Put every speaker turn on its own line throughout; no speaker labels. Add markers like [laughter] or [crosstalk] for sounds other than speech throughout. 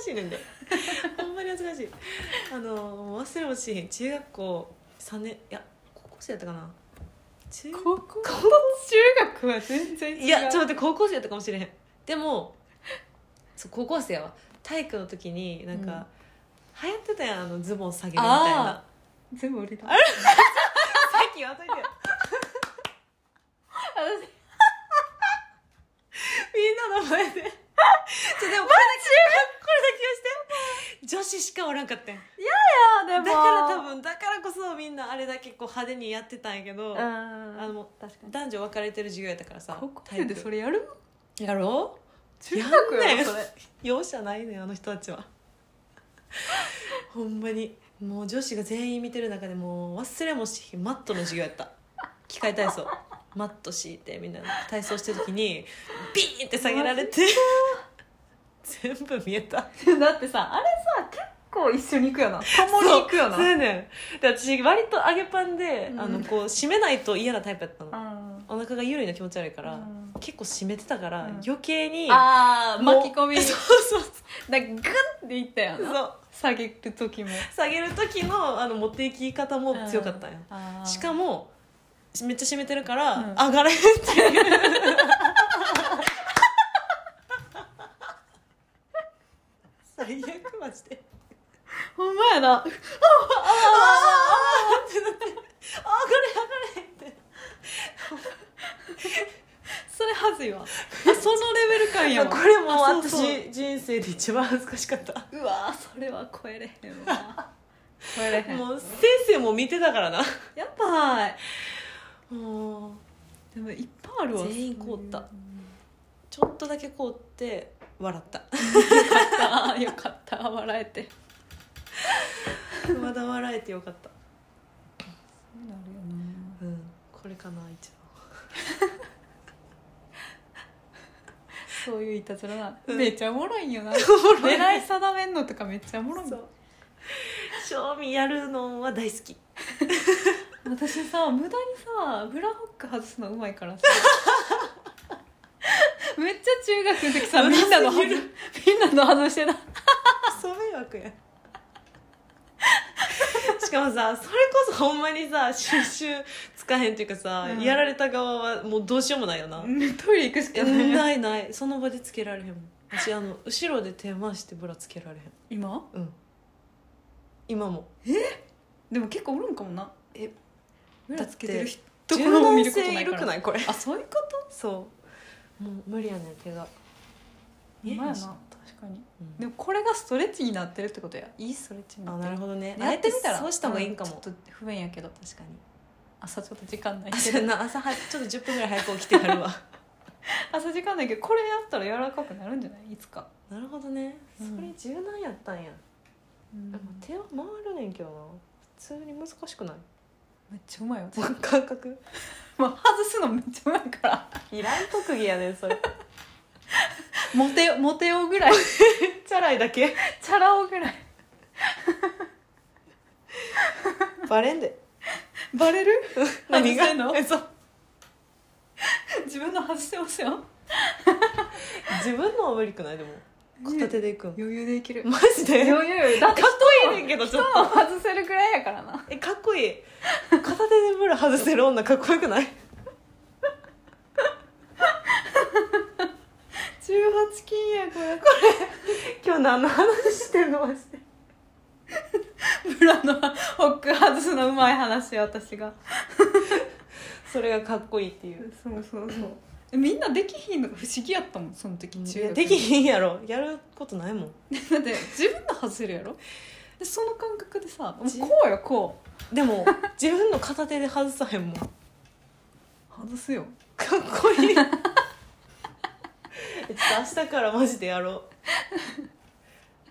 しいねんでほんまに恥ずかしいあのもう忘れもしへん中学校3年いや高校生やったかな中
高校中学は全然違う
いやちょっと待って高校生やったかもしれへんでもそう高校生やわ体育の時になんか、流行ってたやんあのズボン下げるみたいな
あ全部俺だ
あれさっき忘れてた
私
みんなの前でちょでもこれだけこれだけはして女子しかおらんかったん
嫌や
だ
で
か
も
ら多分だからこそみんなあれだけこう派手にやってたんやけど、
うん
あの
確かに
男女分かれてる授業やったからさ
高校生でそれやる
体育やろ
中
や
学
んね
や
ん
ろそれ
容赦ないねんあの人たちは [laughs] ほんまにもう女子が全員見てる中でもう忘れもしひんマットの授業やった機械体操 [laughs] マット敷いてみんな体操してる時にビーンって下げられて [laughs] 全部見えた
だってさあれ [laughs] さ結構一緒に行くよな共に行くよな
そうやねんで私割と揚げパンで、
うん
あのこう締めないと嫌なタイプやったの
あ
お腹が緩いの気持ち悪いから、
うん
結構締めてたから、
うん
余計に
あー
もう
巻き込み
[laughs] そうそう
だグンっていったよ
そう
な
そう
下げる時も
下げる時のあの持っていき方も強かったんよ、
あー
しかもめっちゃ締めてるから、
うん
上がれへんっていう [laughs] 最悪マジで
ほんまやな
ああああああってなってあ上がれ上がれって
それはずいわあそのレベル感
い
や
や
わ
これもう
あ
私
そうそう
人生で一番恥ずかしかった
うわーそれは超えれへんわ超えれへん
もう先生も見てたからな
やっぱ
もう
でもいっぱいあるわ
全員凍った
そういう
ちょっとだけ凍って笑った
あーよかった笑えて
まだ笑えてよかった、
なるよ
う
な
ん、これかな一
そういういたずらな、
うん
めっちゃおもろいんよな
ろい
狙い定めんのとかめっちゃおもろい
番
ん
そう賞味やるのは大好き
私さ無駄にさブラホック外すのうまいからさ [laughs] めっちゃ中学の時 [laughs] さみんなの外
うます
みんなの外してた
そう迷惑やしかもさそれこそほんまにさ収集つかへんっていうかさ、
うん
やられた側はもうどうしようもないよな、
トイレ行くしかないやん
ないないその場でつけられへんもん私あの後ろで手回してブラつけられへ
今
んうん今も
でも結構おるんかもな
え
ブラつけてる人
柔
ころを
軟
見ること
性
ないい
る
から
くないこれ
あそういうこと
そうもう無理やねん手が
ほんま
見え
やな
へんし
確かに
うん
でもこれがストレッチになってるってことやいいストレッチにな
あ
って
な
る
るほどね
やってみたら
そうした方がいいんかも、
うんちょっと不便やけど
確かに
朝ちょっと時
[laughs]
間ないけ
朝
ど
な朝はちょっと10分ぐらい早く起きてやるわ
[laughs] 朝時間ないけどこれやったら柔らかくなるんじゃないいつか、
[laughs] なるほどね
う
そ
ん
れ柔軟やったんや、でも手は回るねんけどな普通に難しくない
めっちゃうまいよ
感覚
[laughs] まあ、外すのめっちゃうまいから
いらん特技やねんそれ
モテモテよぐらい
[laughs]
[laughs]
チャラいだけ
チャラ男ぐらい
バレんで
バレる
[laughs] 何が
外せんの
えそう
自分の外してますよ
自分のは無理くないでも片手でいくん
余裕でいける
マジで
余裕だって
かっこいいねんけどち
人
ょっ
を外せるぐらいやからな
えかっこいい片手でブラ外せる女かっこよくない
18金やこれ
[laughs] 今日何の話してんのマジで
ブラのホック外すのうまい話や私が
それがかっこいいっていう
そうそうそうみんなできひんのが不思議やったもんその時
い
中
や
学
できひんやろやることないもん
だって自分の外せるやろでその感覚でさもう
自
こうよこう
でも自分の片手で外さへんもんかっ
外すよ
こ
[laughs]
いいえちょっと明日からマジでやろう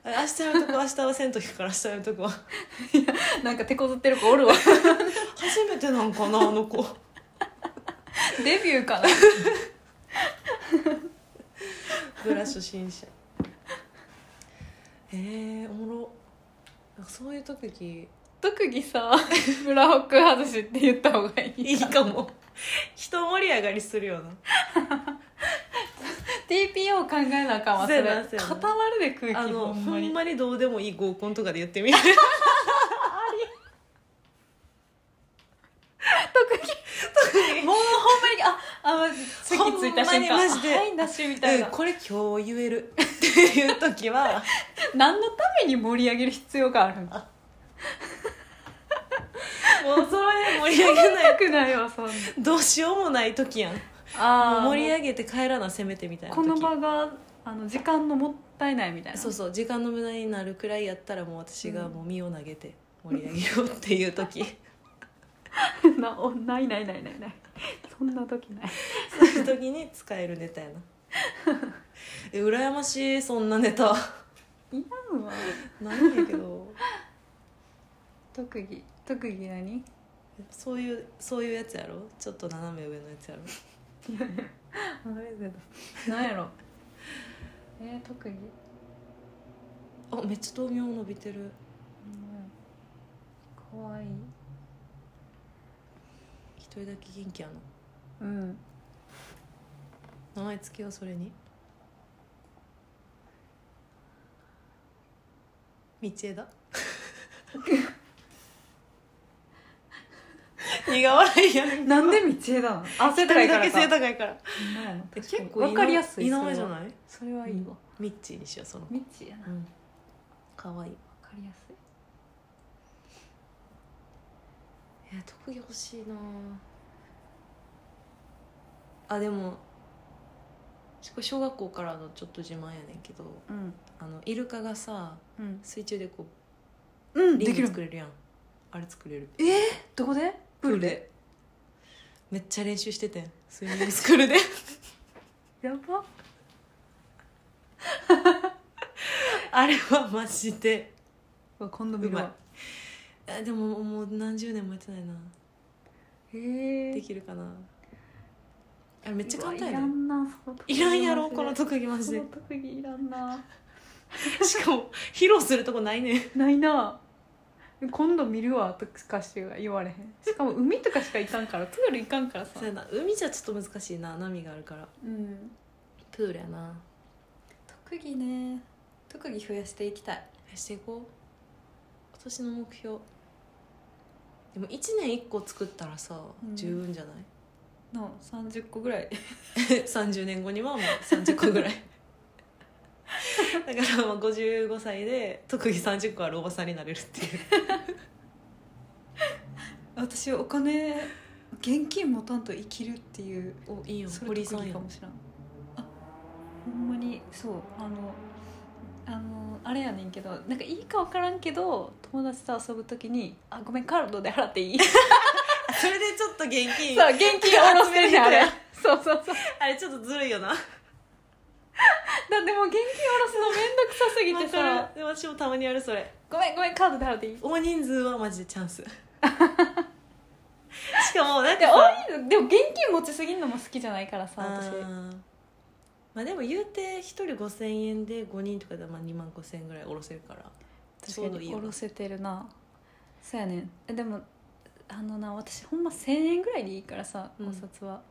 あ明日やるとこ明日はせんときから明日やるとこは
なんか手こずってる子おるわ
初めてなんかなあの子
デビューかな
ブラ初心者えー、おもろなんかそういう特技
特技さ [laughs] ブラホック外しって言った方がいい
いいかも人盛り上がりするよな
TPO 考えなあかんわそ
そう
れ
やなそうやな
固まるで空気
あの
ほん
ほ
まに
んまにどうでもいい合コンとかで言ってみる
特技もうほんまにああ席ついた瞬間
ほんまにマジで
はいなしみたいな、
うんこれ今日言えるっていう時は
何のために盛り上げる必要があるんか
もうそれ盛り上げない
たくないわそんな
どうしようもない時やん
あ
もう盛り
げ
上げて帰らなせめてみたいな
こ
時
の場があの時間のもったいないみたいな
そうそう時間の無駄になるくらいやったらもう私がもう身を投げて盛り上げようっていう [laughs] 時
[laughs] なおないないないないないそんな時 [laughs] ない
そういう時に使えるネタやな [laughs] え羨ましいそんなネタ
いらんわ
ないんやけど
特技特技何
そういうそういうやつやろちょっと斜め上のやつやろ
何 [laughs] やろえー、特技
あめっちゃ豆苗伸びてる
うん怖い
一人だけ元気や
うん
の名前付けようそれに道 [laughs] 枝苦笑いやねん
なんで道枝なの [laughs] あ背
一人
高いか
だ
ら
け
か
背高いから
ほんまやな
え
確かに
結構
わかりやすい
い名前じ
そ
ゃ
れは
ない
それはいいわ
ミッチーにしようその
道やな
うんかわいい
わかりやすい
えー特技欲しいなああでもこれ小学校からのちょっと自慢やねんけど
うん
あのイルカがさ
うん
水中でこ
う
うんリ
でき
ング
る
作れるやんあれ作れる
えー、どこでプールで
めっちゃ練習してて
[laughs]
んスイミングスクールで
やば
あれはマジで
うわ今度
う
見る
まい
わ
えでももう何十年もやってないな
へ
で
え
きるかなあれめっちゃ簡単
い
や
ら
ねん
んなその特技
いらんやろ
マジで
この特技マジ
そ
で
[laughs] の特技いらんな
しかも披露するとこないねん
[laughs] ないな今度見るわとかしか言われへんしかも海とかしか行かんからプール行かんからさ
そうやな海じゃちょっと難しいな波があるから
うん
プールやな
特技ね特技増やしていきたい
えしていこう今年の目標でも1年1個作ったらさ、
うん
十分じゃない
の30個ぐらい
30年後にはもう30個ぐらいだからまあ55歳で特技30個あるおばさんになれる
[laughs]
っていう
[laughs] 私お金現金持たんと生きるっていう
おいいよ
それ
堀井さ
特
ん
技
や
か
ん
もしらんあほんまにそうあのあのあれやねんけどなんかいいか分からんけど友達と遊ぶ時に「あごめんカードで払ってい [laughs] い? 」
それでちょっと現金
そう現金下 [laughs] ろしてるねんあれ
集
そうそうそう
あれちょっとずるいよな
だってもう現金下ろすのめんどくさすぎて
わか
さ
る私もたまにやるそれ
「ごめんごめんカードで払っていい?」で
大人数はマジでチャ
[laughs]
ンスしかもだってさ
多いのでも現金持ちすぎるのも好きじゃないからさ私
あーまあでも言うて1人5000円で5人とかでまあ2万5000円ぐらい下ろせるからちょう
確
ど
か
い
に
い
下
よな
ろせてるなそうやねんえでもあのな私ほんま1,000円ぐらいでいいからさ、
うん
お札は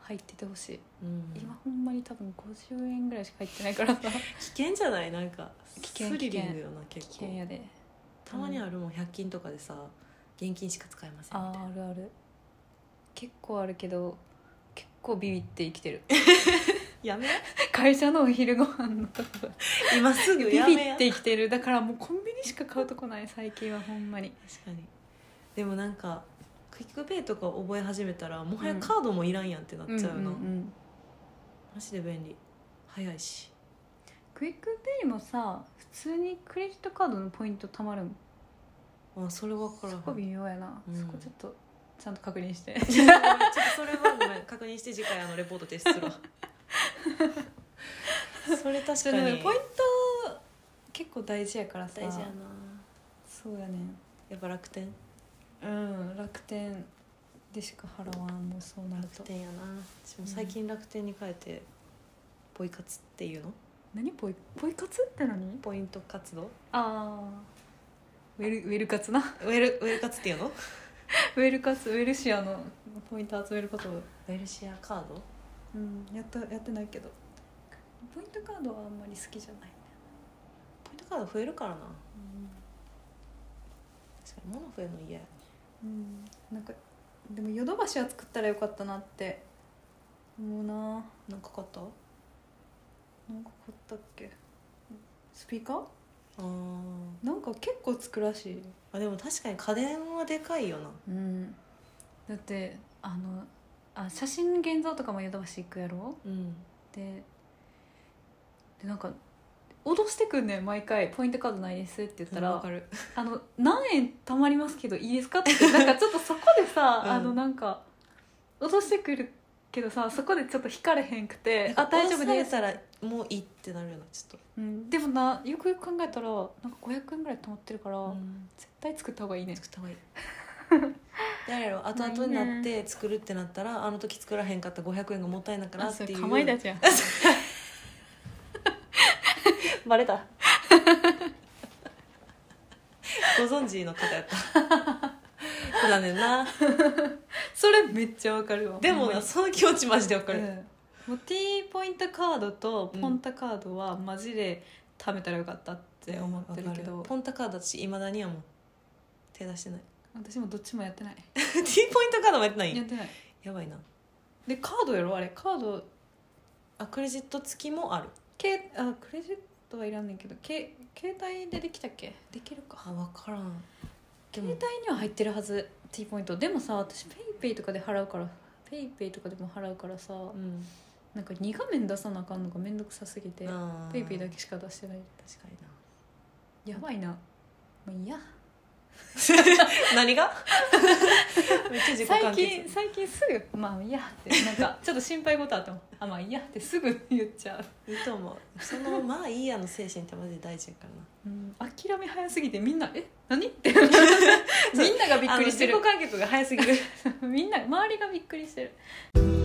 入っててほしい
うん危
今ほんまに多分50円ぐらいしか入ってないから
[laughs]
さ
険じゃないなんか
危険
スリリングよな結
危険
構
やで
たまにあるもん100均とかでさ現金しか使えませんみ
[laughs] あ
たい
ー
な
あるある結構あるけど結構ビビって生きてる [laughs]
やめ
会社のお昼ご飯のとこ
今すぐ
ビビ
や
っ
め
て生きてるだからもうコンビニしか買うとこない最近はほんまに
確かにでもなんかクイックペイとか覚え始めたらもはやカードもいらんやんってなっちゃうよな、
んんん
マジで便利早いし
クイックペイもさ普通にクレジットカードのポイント貯まるん
あそれ分からん
そこ
[laughs]
微妙やな、
うん
そこちょっとちゃんと確認して [laughs]
ちょっとそれはごめん確認して次回あのレポート提出する [laughs] わそれ確
そ
か
れで
に
もポイント結構大事やからさ
大事やな
そうやね
やっぱ楽天
うん楽天でしか払わんもうそうなる
楽
と
天やな私も最近楽天に変えてポイ活っていうの
何ポイポイ活って何
ポイント活動
ああウェルウェル活な
ウェルウェル活っていうの
[laughs] ウェル活ウェルシアのポイント集めることを、
ウェルシアカード
うん、やったやってないけどクポイントカードはあんまり好きじゃないね、
ポイントカード増えるからな
うん
確かに物増えるの嫌や
うんなんかでもヨドバシは作ったらよかったなって思うな
なんか買ったあ
なんか買ったっけスピーカー
ー
なんか結構つくらしい
あでも確かに家電はでかいよな
うんだってあのあ写真現像とかもヨドバシ行くやろ
うん
ででなんか脅してくんねん毎回「ポイントカードないです」って言ったら
わかる
あの何円貯まりますけどいいですか?」って言ってなんかちょっとそこで
[laughs]
さ、
うん
あのなんか脅してくるけどさそこでちょっと引かれへんくて「あ
あ
大
大
丈
丈
夫
夫
で
ですすたらもういいってなるよなちょっ」
うん、でもなよくよく考えたらなんか500円ぐらい貯まってるから、
と、
絶対作った方がいいね
作った方がいい誰やろ後々になって作るってなったらあの時作らへんかった500円がもったいなから
あ
ってい
そ
うう
かまいたちやん
[laughs] バレたご存知の方やった [laughs] そうだねんな
それめっちゃわかるわ
で
ほん
も
まに
なその気持ちマジでわかる、
うんもう T ポイントカードとポンタカードはマジで貯めたらよかったって思ってるけど、
わかポンタカード私いまだにはもう手出してない [laughs]
私もどっちもやってない
T ポイントカードもやってない
や
や
ってない
ばいな
でカードやろあれカード
あクレジット付きもある
けあクレジットはいらんねんけどけ携帯でできたっけできるか
あ分からんで
携
も
帯には入ってるはず T ポイントでもさ私ペイペイとかで払うからペイペイとかでも払うからさ
うん
なんか2画面出さなあかんのがめんどくさすぎて
あー
ペイペイだけしか出してない
確かにな
やばいなまあいいや
何が [laughs] めっちゃ自己完
最
結
近最近すぐ「まあいいや」ってなんかちょっと心配事あっても「あまあいいや」ってすぐ言っちゃう、
いいと思うそのまあいいやの精神ってマジで大事やからな
うん、諦め早すぎてみんな「え何?」
[laughs]
ってみんながびっくりして
あの自
る [laughs]
己完結が早すぎる
みんな周りがびっくりしてる
うん